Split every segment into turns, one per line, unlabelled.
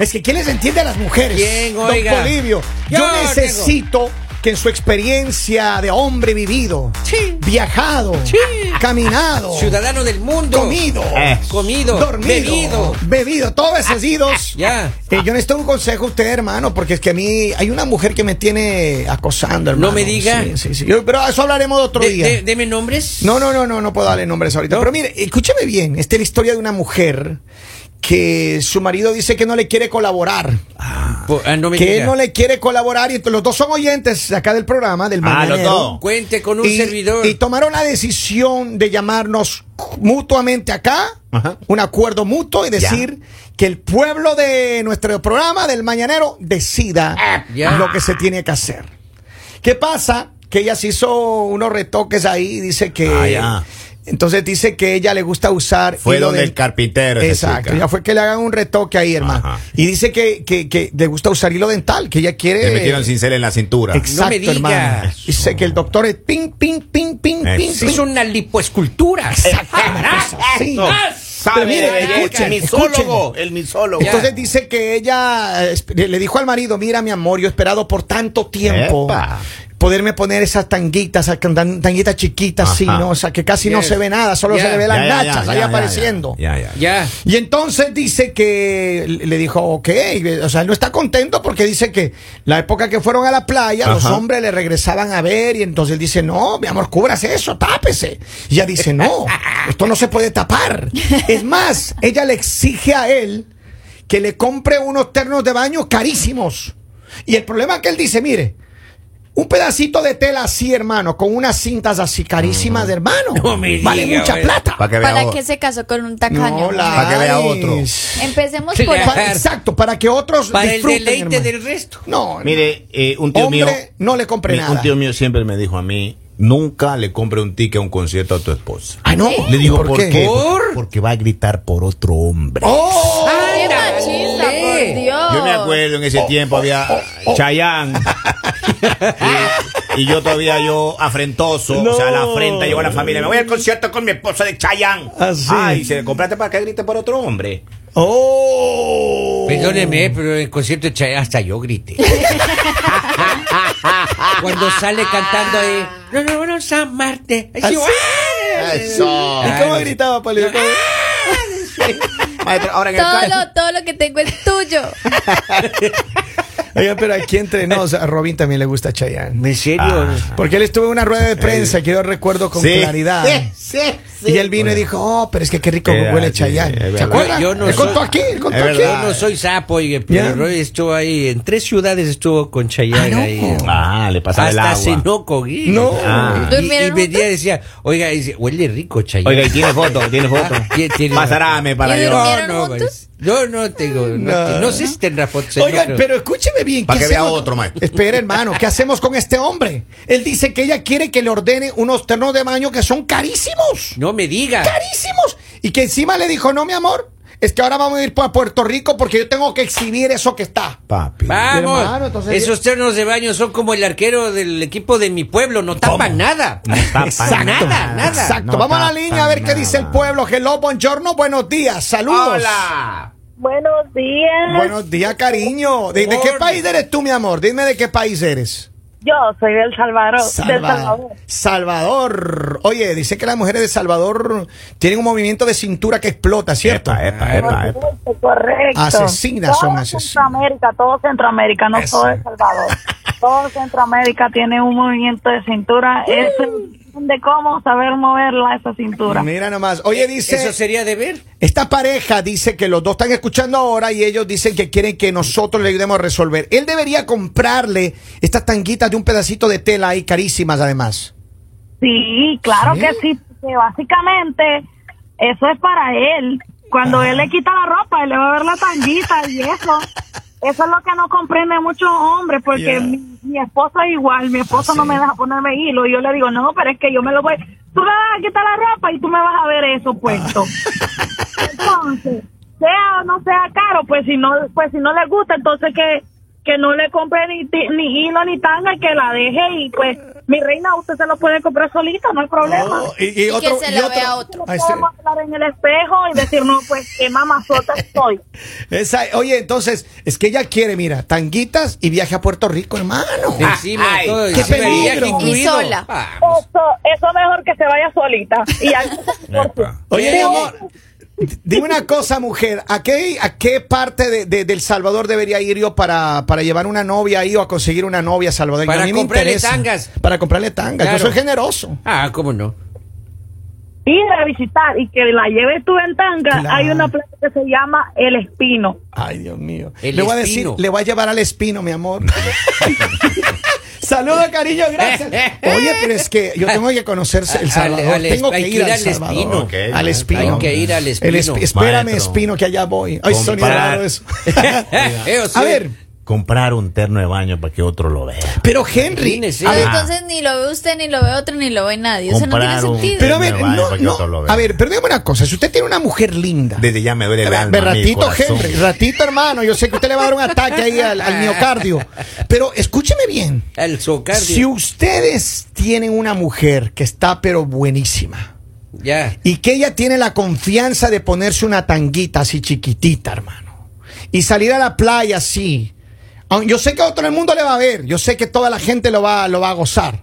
es que ¿quién les entiende a las mujeres?
¿Quién,
Don
oiga?
Polibio, yo,
Yo,
necesito que en su experiencia de hombre vivido,
Sí.
viajado, caminado,
Ciudadano del mundo.
comido,
Comido.
Eh. dormido,
Bebido.
bebido, todos esos idos.
Ya.
Eh, yo necesito un consejo a usted, hermano, porque es que a mí hay una mujer que me tiene acosando, hermano.
No me diga.
Sí, sí, sí. Yo- pero eso hablaremos otro
De-
día.
de- deme nombres.
No, no, no, no, no puedo darle nombres ahorita.
No.
Pero mire, escúcheme bien. Esta es la historia de una mujer que su marido dice que no le quiere colaborar.
Po- ah, no me
Que
diga.
él no le quiere colaborar. Y entonces los dos son oyentes acá del programa, del
Ah, los
mañanero.
dos.
Cuente con un
y,
servidor.
y tomaron la decisión de llamarnos mutuamente acá,
Ajá.
un acuerdo mutuo y decir que el pueblo de nuestro programa del mañanero decida
Ah, Ya.
lo que se tiene que hacer. ¿Qué pasa? Que ella se hizo unos retoques ahí, dice que...
Ah, ya.
Entonces dice que ella le gusta usar...
Fue
hilo
donde
del-
el carpintero, esa
Exacto,
chica.
ya fue que le hagan un retoque ahí, hermano.
Ajá.
Y dice que, que, que le gusta usar hilo dental, que ella quiere...
Le metieron cincel en la cintura.
Exacto,
No me digas.
hermano. Dice que el doctor es ping, ping, ping, ping,
Eso.
ping,
Se
ping.
hizo una lipoescultura.
sí.
Ah,
Pero mire,
de
escuchen,
belleza.
escuchen.
el misólogo.
Entonces dice que ella eh, esp- le dijo al marido, mira mi amor, yo he esperado por tanto tiempo
Epa.
poderme poner esas tanguitas, esas tan- tanguitas chiquitas,
Ajá.
sí, ¿no? O sea, que casi no
Yes.
se ve nada, solo
Ya.
se le ve
Ya,
las
Ya, ya, ya,
nachas
ya,
ahí
ya,
apareciendo.
Ya, ya.
Ya.
Y entonces dice que le dijo, ok, o sea, él no está contento porque dice que la época que fueron a la playa, los
Ajá.
hombres le regresaban a ver y entonces él dice, no, mi amor, cúbrase eso, tápese. Y ella dice, no, esto no se puede tapar. Es más, ella le exige a él que le compre unos ternos de baño carísimos. Y el problema es que él dice, mire, un pedacito de tela así, hermano, con unas cintas así carísimas, de hermano,
Mm. No me
vale
diga,
mucha
güey.
plata.
Para que vea.
¿Para
vos.
qué se casó con un tacaño?
No, la-
Para que vea otro.
Empecemos
Sí,
por
ya.
ahí.
Para- exacto, para que otros
Para el
disfruten.
deleite
hermano.
del resto.
No,
Mire, eh, un tío
hombre,
mío.
no le compré
mi-
nada.
Un tío mío siempre me dijo a mí: nunca le compre un ticket a un concierto a tu esposa.
Ah, no.
Le digo, ¿por, qué?
¿Por?
Porque va a gritar por otro hombre.
¡Oh!
¡Qué
Ándale.
machista, por Dios!
Yo me
Oh.
acuerdo en ese tiempo
Oh.
había Chayán y, y yo todavía yo afrentoso, o sea, la afrenta llegó a la familia. Me voy al concierto con mi esposa de Chayán.
Ah, sí.
Ay, se le compraste para que grite por otro hombre.
¡Oh!
Perdóneme, eh, pero en el concierto de Chayanne hasta yo grité. Cuando sale cantando ahí, no, no, no, San Marte. Ay, yo, ¡ah!
Eso.
¿Y cómo gritaba, Polibio? ¿Cómo?
Maestro, ahora en el
Todo
carro-
lo, todo lo que tengo es tuyo.
Oiga, pero aquí entre nos, a Robin también le gusta Chayanne.
¿En serio?
Porque él estuvo en una rueda de prensa, que yo recuerdo con
Sí.
claridad.
Sí, sí, sí.
Y él vino y dijo, oh, pero es que qué rico
Era,
huele
sí, es
Chayanne. ¿Se
verdad.
acuerdan?
Yo no
Él
soy-
contó aquí, él contó
Es
aquí.
verdad.
Yo no soy sapo, oye, pero
Ya.
Roy estuvo ahí. En tres ciudades estuvo con Chayanne
Ah, no.
ahí.
Ah, le pasaba el
Hasta
agua.
Sinoco, Gui.
No.
Ah.
Y, y
¿Durmieron
venía y decía, oiga, dice, huele rico Chayanne.
Oiga, y tiene foto, tiene foto.
Ah, tiene- tiene-
Pasarame para
¿Y
yo.
durmieron?
no,
juntos?
yo no tengo, no,
No.
te- no sé si tendrá fotos. no
Oigan,
creo.
pero escúcheme bien.
Pa'
¿qué
que vea
hacemos?
otro, maestro.
Espera, hermano, ¿qué hacemos con este hombre? Él dice que ella quiere que le ordene unos ternos de baño que son carísimos.
No me diga.
carísimos. Y que encima le dijo, no, mi amor, es que ahora vamos a ir para Puerto Rico porque yo tengo que exhibir eso que está.
Papi.
Vamos.
Hermano, entonces-
Esos ternos de baño son como el arquero del equipo de mi pueblo, no tapan nada.
No tapan
nada, nada.
Exacto.
No
vamos a la
tapan
línea a ver qué
nada.
dice el pueblo. Hello, buongiorno, buenos días, saludos.
Hola.
Buenos días.
Buenos días, cariño. ¿De, de qué
Buenos-
país eres tú, mi amor? Dime de qué país eres.
Yo soy del Salvador. del
Salva-
Salvador.
Salvador. Oye, dice que las mujeres de Salvador tienen un movimiento de cintura que explota, ¿cierto?
Epa, epa, epa, epa.
Correcto, correcto.
Asesinas
Todo
son asesinas.
Centroamérica, todo Centroamérica, no
Eso.
todo El Salvador. todo Centroamérica tiene un movimiento de cintura. Es de cómo saber moverla esa cintura.
Mira nomás. Oye, dice.
Eh, Eso sería de ver.
Esta pareja dice que los dos están escuchando ahora y ellos dicen que quieren que nosotros le ayudemos a resolver. Él debería comprarle estas tanguitas de un pedacito de tela ahí carísimas además.
Sí, claro
¿Sí?
que sí. porque básicamente eso es para él. Cuando él le quita la ropa, él le va a ver la tanguita y eso. Eso es lo que no comprende muchos hombres, porque
Ya.
mi, mi esposo es igual, mi esposo no me deja ponerme hilo. Y yo le digo, no, pero es que yo me lo voy. Tú me vas a quitar la ropa y tú me vas a ver eso puesto. Entonces, sea o no sea caro, pues si no, pues si no le gusta, entonces que, que no le compre ni, ti- ni hilo ni tanga, que la deje y pues Mi reina, usted se lo puede comprar solita, no hay problema.
Oh, y, y
que
otro,
se
y
la
otro.
vea otro.
Ahí está.
Podemos hablar en el espejo y decir, no, pues qué mamazota soy.
Esa- oye, entonces, es que ella quiere, mira, tanguitas y viaje a Puerto Rico, hermano.
Encima de
Ah, ay,
todo,
qué
encima de
peligro.
viaje
Y
incluido. Ah.
sola.
Vamos.
Eso, eso mejor que se vaya solita. Y alguien se
Epa.
importe.
Oye, mi
Sí.
amor, d- dime una cosa, mujer, ¿a qué, a qué parte de, de- del Salvador debería ir yo para, para llevar una novia ahí o a conseguir una novia salvadoreña?
Para
A mí me
comprarle
interesa.
tangas.
Para comprarle tangas,
Claro.
yo soy generoso.
Ah, cómo no.
Ir a visitar y que la lleves tú en tanga.
Claro.
Hay una planta que se llama El Espino.
Ay, Dios mío.
El
le voy a decir,
espino.
le voy a llevar al espino, mi amor. Saludos, cariño, gracias. Oye, pero es que yo tengo que conocer El Salvador.
Al- al-
tengo que
hay
ir, al Salvador.
espino.
Ok,
al espino.
Hay que ir al espino.
El esp- espérame,
Maestro.
espino, que allá voy. Ay, sonido
Comprar.
raro eso.
Eh, o sea,
a ver,
Comprar un terno de baño para que otro lo vea.
pero Henry,
Imagínese.
Pero
Ah.
entonces ni lo ve usted, ni lo ve otro, ni lo ve nadie. Eso no tiene
Compraron.
sentido.
pero a ver,
Me vale
no,
para que
no.
otro lo vea.
a ver, pero dígame una cosa, si usted tiene una mujer linda,
Desde ya me duele el
Ve-
alma.
ve
mi
ratito,
corazón.
Henry, ratito, hermano. Yo sé que usted le va a dar un ataque ahí al, al miocardio. Pero escúcheme bien.
El socardio.
Si ustedes tienen una mujer que está pero buenísima
Ya.
y que ella tiene la confianza de ponerse una tanguita así chiquitita, hermano, y salir a la playa así, aun- yo sé que a todo el mundo le va a ver, yo sé que toda la gente lo va, lo va a gozar.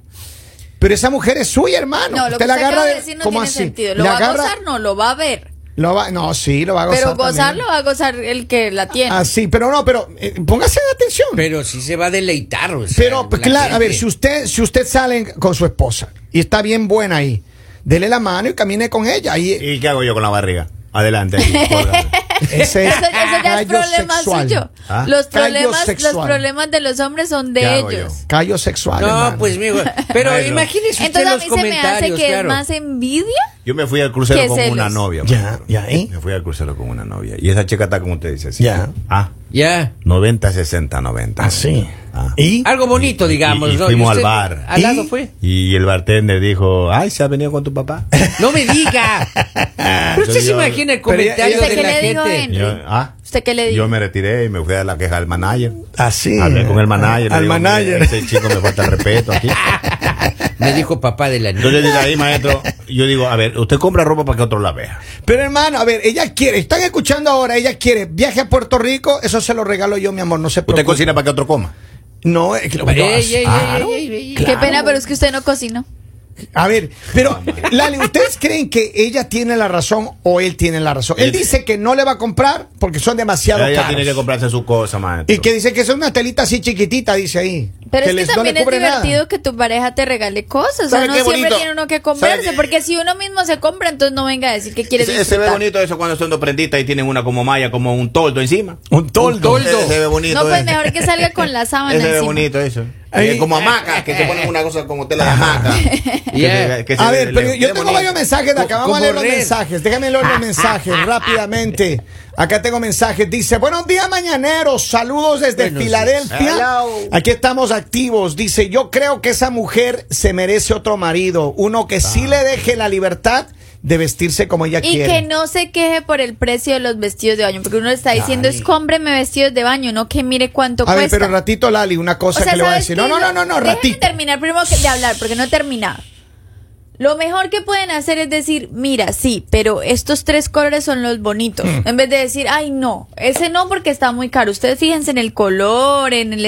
Pero esa mujer es suya, hermano.
No, lo que
Usted la
usted acaba
agarra
de
de,
decir no
¿cómo
tiene
así?
sentido. ¿Lo
Le
va a
agarra- Ah,
gozar? No, lo va a ver.
lo va- no, sí, lo va a gozar.
Pero gozar
también.
lo va a gozar el que la tiene.
Ah, sí, pero no, pero eh, póngase atención. Pero,
Pero sí se va a deleitar. o sea,
pues,
la
claro, a ver,
gente.
si usted, si usted sale con su esposa y está bien buena ahí, dele la mano y camine con ella. Y
¿Y qué hago yo con la barriga? Adelante. ahí, córgame.
ese
Eso, eso ya es
callo
problema
sexual.
suyo.
Ah.
Los
Callo
problemas, los
sexual.
problemas de los hombres son
¿Qué
de
hago yo?
ellos.
Callo sexual.
No,
hermano.
pues mijo. Pero
Ay, no.
imagínese usted
Entonces a
los
mí se me hace
comentarios,
que
claro.
es más envidia.
Yo me fui al crucero
Qué
con una
celos.
novia.
Ya,
maestro.
ya, ¿eh?
Me fui al crucero con una novia. Y esa chica está como usted dice. así.
Ya.
Ah,
Ya.
90, 60, 90.
Así.
Ah.
¿Y?
Algo bonito,
Y-
digamos.
y- y
¿no?
fuimos
usted
al bar.
Al lado
¿Y?
fue.
Y el bartender dijo, ay, ¿se ha venido con tu papá?
No me diga. Pero usted se imagina el
Pero ya-
comentario
¿Usted
de
qué
la
le dijo
gente.
él?
Yo, ah,
¿Usted qué le dijo?
yo me retiré y me fui a la queja al manager.
Así.
Hablé con el manager. le
Al
digo, "Mire,
manager.
Ese chico me falta el respeto aquí.
Me dijo papá de la niña.
Entonces desde ahí, maestro, yo digo, a ver, usted compra ropa para que otro la vea.
Pero hermano, a ver, ella quiere, están escuchando ahora, ella quiere viaje a Puerto Rico, eso se lo regalo yo, mi amor, no se
Usted
preocupe.
cocina para que otro coma.
No, es que lo-
Ey,
yo-
ey, ey,
claro.
ey, ey, ey.
Qué pena, pero es que usted no cocinó.
A ver, pero Lali, ¿ustedes creen que ella tiene la razón o él tiene la razón? Él
Él-
dice que no le va a comprar porque son demasiado
Ella
caros.
tiene que comprarse su cosa, maestro.
y que dice que es una telita así chiquitita, dice ahí.
Pero es
les-
que
no le
también es
cubre nada.
divertido que tu pareja te regale cosas. O sea,
¿Sabe
no
qué
siempre
bonito?
tiene uno que
¿Sabe
comerse.
qué?
Porque si uno mismo se compra, entonces no venga a decir que quiere
se, se ve
disfrutar.
bonito eso cuando son dos prenditas y tienen una como malla, como un toldo encima.
Un toldo.
Un toldo.
Se, se ve bonito.
No, pues
eso.
mejor que salga con la sábana
Ese se ve
encima.
bonito eso.
Ahí.
Eh, como hamaca, que se ponen una cosa como tela de hamaca.
Yeah.
Que se- que se
A
ve-
ver, pero
le-
yo
le
tengo
bonito.
varios mensajes de acá. Vamos a
Como
leer los
red.
mensajes. Déjame leer
Ah,
los mensajes rápidamente. Acá tengo mensajes. Dice, buenos días, mañaneros. Saludos desde
Buenos
Filadelfia.
días. Hello.
Aquí estamos activos. Dice, yo creo que esa mujer se merece otro marido. Uno que sí le deje la libertad de vestirse como ella
Y
quiere.
que no se queje por el precio de los vestidos de baño, porque uno le está diciendo, es cómpreme vestidos de baño, no que mire cuánto
a ver,
cuesta.
pero ratito, Lali, una cosa que le voy a
¿sabes
decir.
qué?
No, no, no, no, no,
Déjeme
ratito.
terminar primero que- de hablar, porque no he terminado. Lo mejor que pueden hacer es decir, mira, sí, pero estos tres colores son los bonitos.
Mm.
En vez de decir, ay, no, ese no porque está muy caro. Ustedes fíjense en el color, en el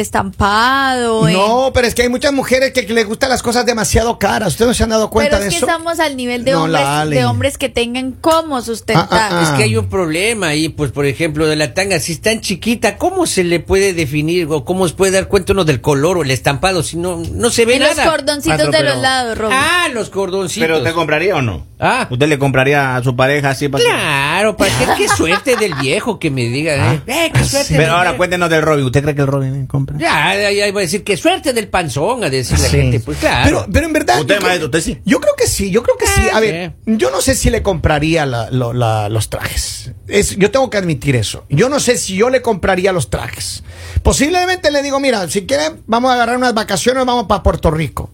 estampado. en-
No, pero es que hay muchas mujeres que les gustan las cosas demasiado caras. ¿Ustedes no se han dado cuenta
pero es
de
que
eso?
estamos al nivel de,
No,
hombres,
Lali.
de hombres que tengan cómo sustentar.
Ah,
Es que hay un problema ahí, pues por ejemplo, de la tanga, si es tan chiquita, ¿cómo se le puede definir o cómo se puede dar cuenta uno del color o el estampado si no, no se ve
Y los
nada?
cordoncitos
Maestro,
de los
pero-
lados, Rob.
Ah, los cordoncitos.
Pero usted compraría o no?
Ah.
¿Usted le compraría a su pareja así para que-
Claro, ¿para qué? Qué suerte del viejo que me
Ah.
diga, ¿eh? Eh, qué suerte del
Ah, Pero ahora
viejo.
cuéntenos del Robin. ¿Usted cree que el Robin compra?
Ya, ya, ya iba a decir, qué suerte del panzón, a decir la
Sí.
gente. Pues claro.
Pero, pero en verdad.
Usted,
yo creo-
maestro, usted sí.
Yo creo que sí, yo creo que sí. A
Ah,
ver, yo no sé si le compraría la- lo- la- los trajes. Es, yo tengo que admitir eso. Yo no sé si yo le compraría los trajes. Posiblemente le digo, mira, si quiere, vamos a agarrar unas vacaciones, vamos para Puerto Rico.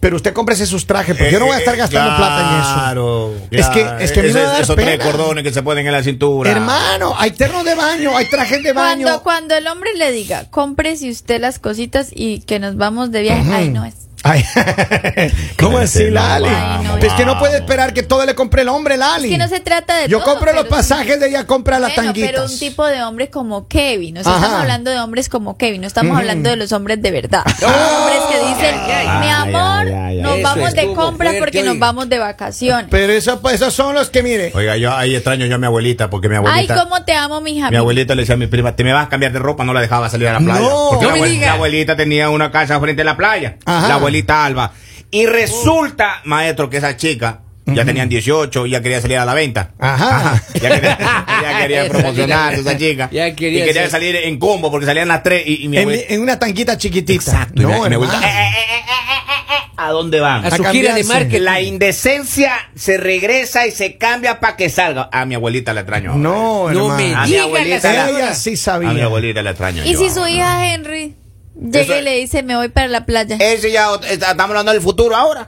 Pero usted cómprese sus trajes, porque yo no voy a estar gastando plata en eso.
Eh, Claro.
Es que- es que a mí me va a dar
Esos tres
pena.
cordones que se ponen en la cintura.
Hermano, hay ternos de baño, hay trajes de baño.
Cuando, cuando el hombre le diga, cómprese usted las cositas y que nos vamos de viaje, ay, no es.
Mm. Ay, ¿Cómo
Gente,
así,
no,
Lali?
Ay, no,
es que no
vamos.
puede esperar que todo le compre el hombre, Lali.
Es que no se trata de
Yo
todo,
compro los
pero
pasajes de ella, compra las
Bueno,
tanguitas.
pero un tipo de hombres como Kevin. O sea,
Ajá.
estamos hablando de hombres como Kevin, no estamos hablando de los hombres de verdad. Los hombres que dicen, mi
ay, ay,
amor,
ay, ay.
nos
Eso
vamos de
estuvo
compras
fuerte
porque
hoy.
nos vamos de vacaciones.
Pero eso- pues, esos son los que, mire.
Oiga, yo ahí extraño yo a mi abuelita, porque mi
Ay,
abuelita.
cómo te amo, mi
Mi
hija.
abuelita le decía a mi prima, te me vas a cambiar de ropa, no la dejaba salir a la playa.
No.
porque
No
la,
me
abuel-
diga.
la abuelita tenía una casa frente a la playa,
Ajá.
la abuelita Alba. Y resulta, maestro, que esa chica ya tenían 18 y ya quería salir a la venta.
Ajá.
Ya quería, ya quería
Esa
promocionarse
chica.
esa chica.
Ya quería
y quería
ser-
salir en combo porque salían las 3 y, y mi
En,
abuelita.
en una tanguita chiquitita.
Exacto. y mi-
No,
y mi
hermano.
abuelita, "Eh, eh, eh, eh, eh, eh, ¿A dónde van?
A su
A
gira de
cambiarse.
marketing.
La indecencia se regresa y se cambia para que salga. A mi abuelita la extraño.
No,
No
hermano. Ah,
me
A mi
diga
abuelita
la
Ella
señora.
sí sabía.
A mi abuelita la extraño.
Y
yo.
si su hija Henry
Eso
llega
es-
y le dice, me voy para la playa.
Ese ya ot- está- estamos hablando del futuro ahora.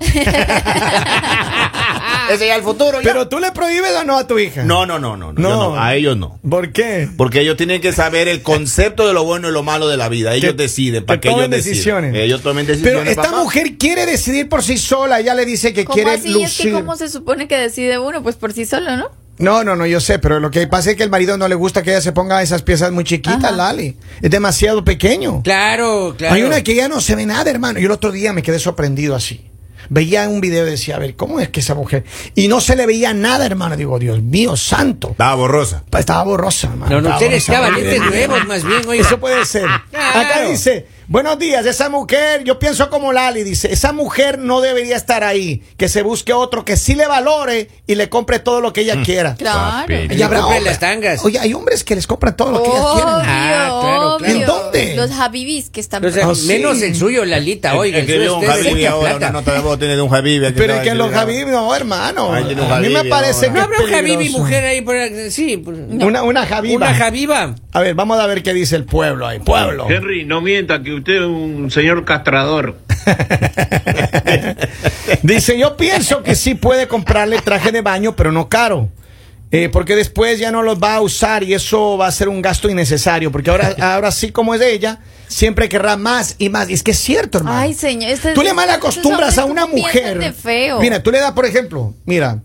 Ese ya el futuro. ya.
Pero tú le prohíbes o no a tu hija.
no, no, no, no, no, yo no, A ellos no.
¿Por qué?
Porque ellos tienen que saber el concepto de lo bueno y lo malo de la vida. Ellos
Que-
deciden para
que
que, ellos
tomen
decidan.
decisiones.
Ellos tomen decisiones.
Pero esta
papá.
mujer quiere decidir por sí sola. Ella le dice que
¿Cómo
quiere
así? Es que
lucir.
cómo se supone que decide uno, pues por sí solo, ¿no?
No, no, no, yo sé, pero lo que pasa es que el marido no le gusta que ella se ponga esas piezas muy chiquitas,
Ajá.
Lali. Es demasiado pequeño.
Claro, claro.
Hay una que ya no se ve nada, hermano. Yo el otro día me quedé sorprendido así. Veía un video y decía, a ver, ¿cómo es que esa mujer? Y no se le veía nada, hermano. Digo, Dios mío, santo.
Estaba borrosa.
Estaba borrosa, hermano.
No, no, usted está
borrosa.
valiente nuevos, más bien, oiga.
Eso puede ser. Acá
Ah, Claro.
dice, buenos días, esa mujer, yo pienso como Lali, dice, esa mujer no debería estar ahí. Que se busque otro que sí le valore y le compre todo lo que
Mm.
ella quiera.
Claro.
Papi.
Y
Le
habrá
compran
hombres-
las tangas.
Oye, hay hombres que les compran todo lo que ellas
Obvio,
quieren.
Ah, claro,
obvio.
claro.
¿En dónde?
Los Habibis que están...
O sea,
Ah, sí.
menos el suyo, Lalita, oiga. El,
Escribió
suyo
un
usted es
Habibi
mucha
ahora,
plata.
una nota de voz tiene de un Habibi. aquí
Pero es
está,
que
aquí
los
está.
Javibi, no, hermano.
Ahí tiene un
a mí me
Habibi
parece que
ahora.
No
es
habrá un Habibi
peligroso.
mujer ahí por aquí? Sí. por-
Una, una javiba.
Una Javiba.
a ver, vamos a ver qué dice el pueblo ahí. Pueblo.
Henry, no mienta que usted es un señor castrador.
Dice, yo pienso que sí puede comprarle traje de baño, pero no caro. Eh, porque después ya no los va a usar y eso va a ser un gasto innecesario. Porque ahora, ahora sí como es ella, siempre querrá más y más. Y es que es cierto, hermano.
Ay, señor. este-
tú le mal acostumbras
estos
a
hombres
una
cómo piensan
mujer.
de feo.
Mira, tú le das, por ejemplo, mira.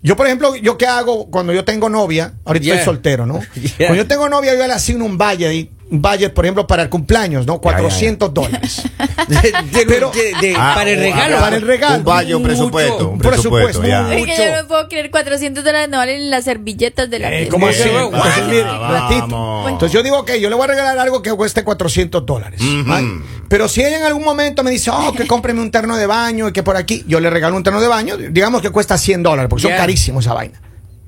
Yo, por ejemplo, yo qué hago cuando yo tengo novia, ahorita
Yeah.
estoy soltero, ¿no?
Yeah.
Cuando yo tengo novia, yo le asigno un valle, ahí, un valle, por ejemplo, para el cumpleaños, ¿no?
Ya, ya, ya.
400 dólares.
De- de-
Pero-
de- de-
Ah,
para el
un-
regalo.
Eh, Para el regalo.
Un valle, un presupuesto. Un
Mucho.
presupuesto,
Presupuesto,
ya.
Es que yo
mucho.
no puedo creer 400 dólares no valen las servilletas de la
Eh,
tienda.
¿Cómo
Eh,
así?
bueno,
Entonces,
bueno,
mire,
vamos.
ratito. Entonces yo digo, ok, yo le voy a regalar algo que cueste 400 dólares. ¿vale? Pero si ella en algún momento me dice, oh, que cómpreme un terno de baño y que por aquí, yo le regalo un terno de baño, digamos que cuesta 100 dólares, porque son
Ya.
carísimos esa vaina.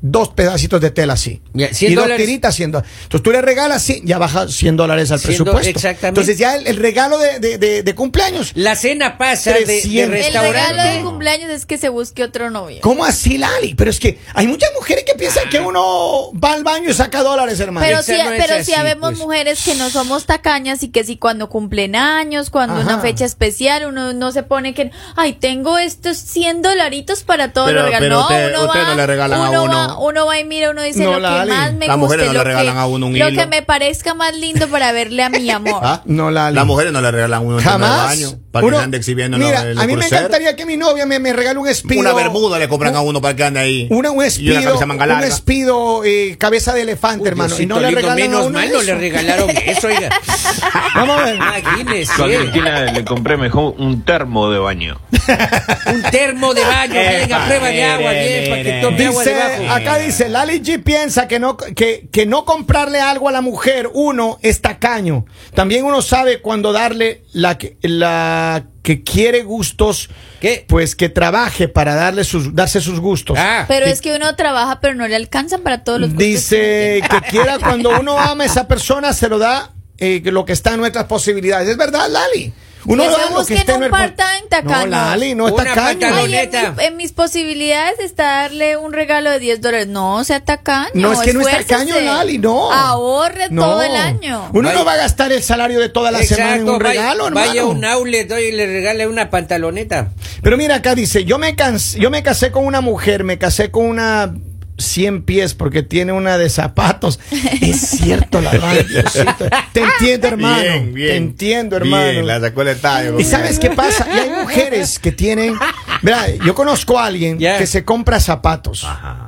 Dos pedacitos de tela así.
Ya, 100
y dos
dólares.
tiritas 100 dólares. Entonces tú le regalas, sí, ya baja 100 dólares al
100
presupuesto.
exactamente.
Entonces ya el, el regalo de, de- de- de cumpleaños.
La cena pasa de- de,
300.
El
restaurante.
regalo de cumpleaños es que se busque otro novio.
¿Cómo así, Lali? Pero es que hay muchas mujeres que piensan que uno va al baño y saca dólares, hermano.
Pero
Esa
sí,
no es
pero
así,
sí habemos
pues.
mujeres que no somos tacañas y que si cuando cumplen años, cuando
Ajá.
una fecha especial, uno no se pone que, ay, tengo estos 100 dolaritos para todo
Pero-
lo regalos.
pero
No,
usted-
uno
usted
va,
no le regalan a uno.
Va, uno va y mira, uno dice
No,
lo que
Lali.
más me
Las mujeres
guste,
no le
lo,
regalan
que,
a uno un
lo
hilo.
que me parezca más lindo para verle a mi amor.
¿Ah?
No, Lali.
Las mujeres no le regalan uno en el
Jamás.
baño para que
Uno-
se ande exhibiendo en
Mira,
la- en
a
los
mí me
cruceros.
encantaría que mi novia me, me regale un espido.
Una bermuda le compran a uno para que ande ahí.
Una, un
Y una
espido,
camisa manga
un
larga.
espido eh, cabeza de elefante,
Uy,
hermano. Y
Diosito
no le
lindo,
regalan a
menos
uno
mal no le
eso.
regalaron eso, oiga.
Vamos a ver.
Yo a
Imagínese.
Cristina le compré mejor un termo de baño.
Un termo de baño, venga,
Epa,
prueba de agua,
mire,
bien, para que
mire.
tome agua
Dice,
debajo.
acá dice, Lali G piensa que no, que, que no comprarle algo a la mujer, uno, es tacaño. También uno sabe cuando darle la que, la que quiere gustos,
¿Qué?
pues que trabaje para darle sus, darse sus gustos.
Ah,
Pero es que uno trabaja, pero no le alcanzan para todos los gustos
Dice que quiera cuando uno ama a esa persona, se lo da eh, lo que está en nuestras posibilidades. Es verdad, Lali. Uno
Que se
da lo que
busquen
está en
un
nuestro-
part-time
No,
tacaño.
Lali, no es
Una
tacaño.
Ay,
pantaloneta.
en, mi- en mis posibilidades está darle un regalo de 10 dólares. No, sea tacaño.
No, es que no es
esfuércese.
tacaño, Lali, no.
Ahorre
No.
todo el año.
Uno no
Vaya.
va a gastar el salario de toda la semana en un
vaya-
regalo, hermano.
Vaya a un outlet hoy y le regale una pantaloneta.
Pero mira, acá dice, yo me, cans- yo me casé con una mujer, me casé con una 100 pies porque tiene una de zapatos. Es cierto, la verdad. es cierto. Te entiendo, hermano.
Bien, bien.
Te entiendo, hermano.
Bien, la sacó el estadio.
¿Y sabes qué pasa? Y hay mujeres que tienen. Mira, yo conozco a alguien
Ya.
que se compra zapatos.
Ah.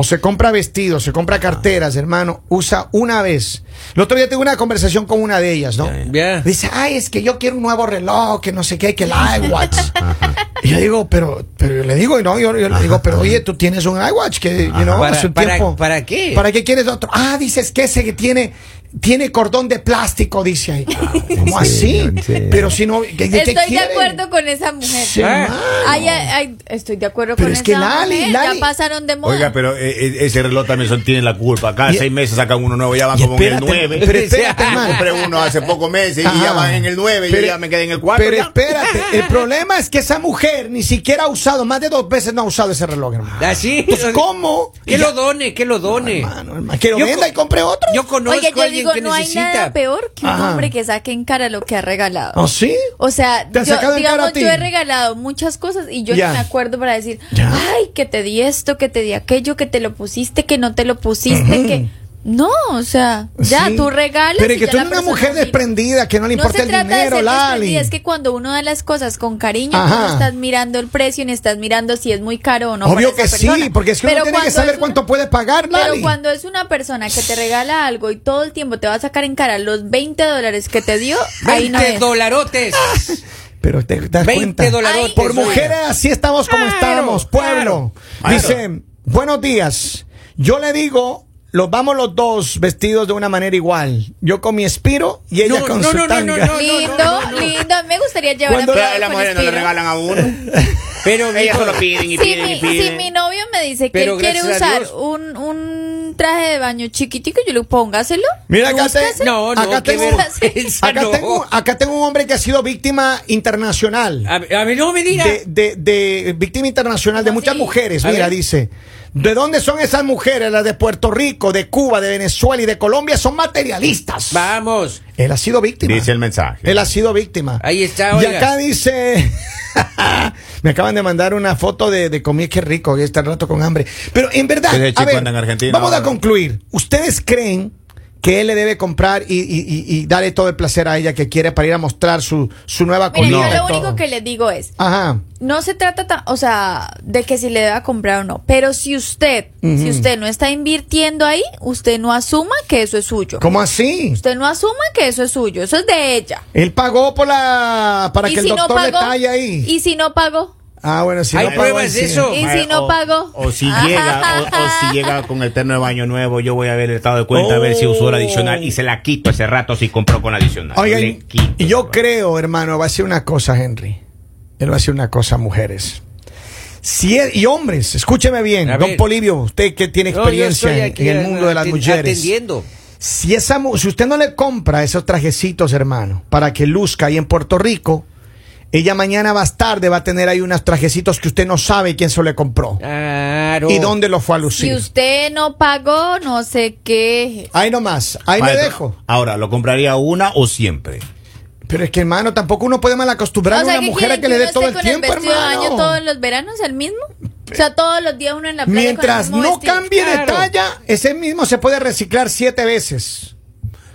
O se compra vestidos, se compra carteras, hermano. Usa una vez. El otro día tuve una conversación con una de ellas, ¿no?
Eh.
Ya.
Dice, ay, es que yo quiero un nuevo reloj, que no sé qué, que el iWatch. Y yo digo, pero, pero yo le digo, y no, yo, yo le digo, pero oye, tú tienes un iWatch, que, you know,
Para-
hace un
para-
tiempo.
¿para qué?
¿Para qué quieres otro? Ah, dices que ese que tiene, tiene cordón de plástico, dice ahí.
Ah,
¿Cómo así?
en serio.
Pero si no, ¿de ¿qué, qué
Estoy de
quieren?
acuerdo con esa mujer.
Sí,
Ah.
hermano.
Ay, ay, ay, estoy de acuerdo
Pero
con
es
esa
que Lali,
mujer.
Lali.
Ya pasaron de moda.
Oiga, pero eh, eh, ese reloj también son, tiene la culpa. Cada
Y-
seis meses sacan uno nuevo, ya van
y
como en el
espérate,
nueve.
pero espérate,
Yo
man.
compré uno hace pocos meses y ya
Ah.
van en el nueve y
Pero-
ya me quedé en el cuatro.
Pero
ya.
espérate, el problema es que esa mujer ni siquiera ha usado, más de dos veces no ha usado ese reloj, hermano.
Así.
Pues, ¿cómo?
Que
Y ya-
lo done, que lo done.
Hermano, hermano, que lo
Yo
venda
co-
y compre otro.
Yo conozco
Oiga,
a
yo
alguien
digo,
que
no hay
necesita.
nada peor que un
Ajá.
hombre que saque en cara lo que ha regalado.
¿Oh, sí?
O sea,
¿Te ha
yo,
sacado en cara
digamos,
a ti?
yo he regalado muchas cosas y yo
Ya.
no me acuerdo para decir,
Ya.
ay, que te di esto, que te di aquello, que te lo pusiste, que no te lo pusiste, que... No, o sea, ya,
Sí.
tú regalas.
Pero
y
que
ya
tú
la
eres una
persona
mujer
mira.
desprendida, que no le importa
se
el
trata de
dinero,
ser
Lali.
desprendida, Es que cuando uno da las cosas con cariño,
Ajá.
tú no estás mirando el precio ni estás mirando si es muy caro o no.
Obvio
para
que
esa
sí,
persona.
porque es que uno
Pero
tiene que
cuando
saber
es una-
cuánto puede pagar, Lali.
pero cuando es una persona que te regala algo y todo el tiempo te va a sacar en cara los 20 dólares que te dio, ahí no
20
es.
dolarotes.
Pero te das
20
Ah, cuenta.
dolarotes.
Por
oiga.
mujeres así estamos como
Claro,
estábamos, pueblo.
claro.
Dice, buenos días. Yo le digo, los vamos los dos vestidos de una manera igual. Yo con mi espiro y ella
No,
con
no,
su
no, no,
tanga.
no, no.
Lindo, lindo. Me gustaría llevar
Cuando
a mi
Pero
novio
las
con
mujeres no le
Spiro.
regalan a uno.
Pero
Ellas
mijo,
solo piden y
Si
piden y
mi, si
piden.
mi novio me dice que
Pero
él quiere
gracias a
usar
Dios.
un, un traje de baño chiquitico, yo le póngaselo.
Mira, acá, te-
Búscaselo.
No, no,
acá
qué
tengo,
vergüenza,
acá
no.
tengo- acá tengo un hombre que ha sido víctima internacional.
A, a mí no me diga.
de, de- de víctima internacional de
¿Cómo
muchas
así?
mujeres.
Ah, A
Mira,
ver.
dice, ¿de dónde son esas mujeres? Las de Puerto Rico, de Cuba, de Venezuela y de Colombia son materialistas.
Vamos.
Él ha sido víctima.
Dice el mensaje.
Él ha sido víctima.
Ahí está,
Y
oiga.
acá dice. Me acaban de mandar una foto de, de comida, qué rico, que está el rato con hambre. Pero en verdad,
Ese
a
chico
ver,
anda en Argentina
vamos a
ahora.
concluir. ¿Ustedes creen que él le debe comprar y, y- y- y darle todo el placer a ella que quiere para ir a mostrar su, su nueva
Mira,
colita
yo
y
lo
todo?
único que les digo es,
Ajá.
no se trata, ta- o sea, de que si le deba comprar o no, pero si usted, si usted no está invirtiendo ahí, usted no asuma que eso es suyo.
¿Cómo así?
Usted no asuma que eso es suyo, eso es de ella.
Él pagó por la para
¿Y
que
si
el
no
doctor le
pagó?
talle ahí.
¿Y si no pagó?
Ah, bueno, si
¿Hay
no pagó,
pruebas
ahí
de
sí.
eso?
¿Y si no
o-
pagó?
O, si llega, o, o si llega con el terno de baño nuevo, yo voy a ver el estado de cuenta a ver si usó la adicional y se la quito ese rato si compró con la adicional.
Oiga,
Le
y-
quito,
y yo
¿verdad?
creo, hermano, va a ser una cosa, Henry. Él va a ser una cosa, mujeres. Si es- y hombres, escúcheme bien,
A
don
ver.
Polivio, usted que tiene
No, yo estoy
experiencia en-
aquí
en el mundo de las
aten-
mujeres.
Atendiendo.
Si, esa, mu- si usted no le compra esos trajecitos, hermano, para que luzca ahí en Puerto Rico, ella mañana más tarde va a tener ahí unos trajecitos que usted no sabe quién se le compró
Claro.
y dónde lo fue a lucir.
Si usted no pagó, no sé qué.
Ahí nomás, ahí me
Maestro,
dejo.
Ahora, ¿lo compraría una o siempre?
Pero es que, hermano, tampoco uno puede mal acostumbrar
o sea,
a una
¿qué
mujer a
quieren?
que le
uno
dé todo
esté
el
con
tiempo,
vestido de
hermano.
baño todos los veranos el mismo? O sea, todos los días uno en la playa
Mientras
con el mismo
no
vestido.
cambie de
Claro.
talla, ese mismo se puede reciclar siete veces.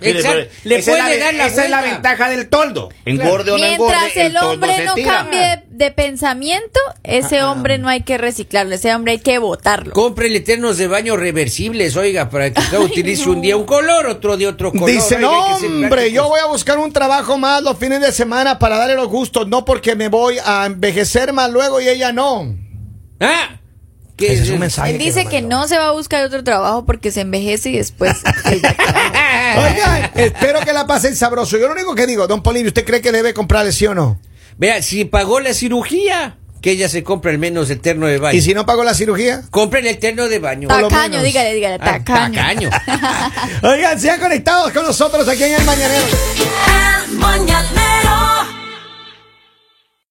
Exacto. Le
Esa es la
puede
ve-
dar la
Esa es la
vuelta.
ventaja del toldo. Engorde o no engorde.
Mientras el
toldo
hombre
se
no
tira.
cambie de, de pensamiento, ese
Ah,
hombre no hay que reciclarlo, ese hombre hay que votarlo.
Cómprele eternos de baño reversibles, oiga, para que usted utilice un día un color, otro día otro color.
Dice,
oiga,
no,
hay que pues ser
hombre,
prácticos".
yo voy a buscar un trabajo más los fines de semana para darle los gustos, no porque me voy a envejecer más luego y ella no.
Ah, que
Ese es un mensaje.
Él dice que no se va a buscar otro trabajo porque se envejece y después.
Oiga, espero que la pasen sabroso. Yo lo único que digo, don Polivio, ¿usted cree que debe comprarle sí o no?
Vea, si pagó la cirugía, que ella se compra al menos eterno de baño.
¿Y si no pagó la cirugía?
Compren el terno de baño.
lo
tacaño,
menos.
dígale, dígale,
Ah,
tacaño.
tacaño.
Ah.
Oigan, sean conectados con nosotros aquí en El Mañanero.
El mañanero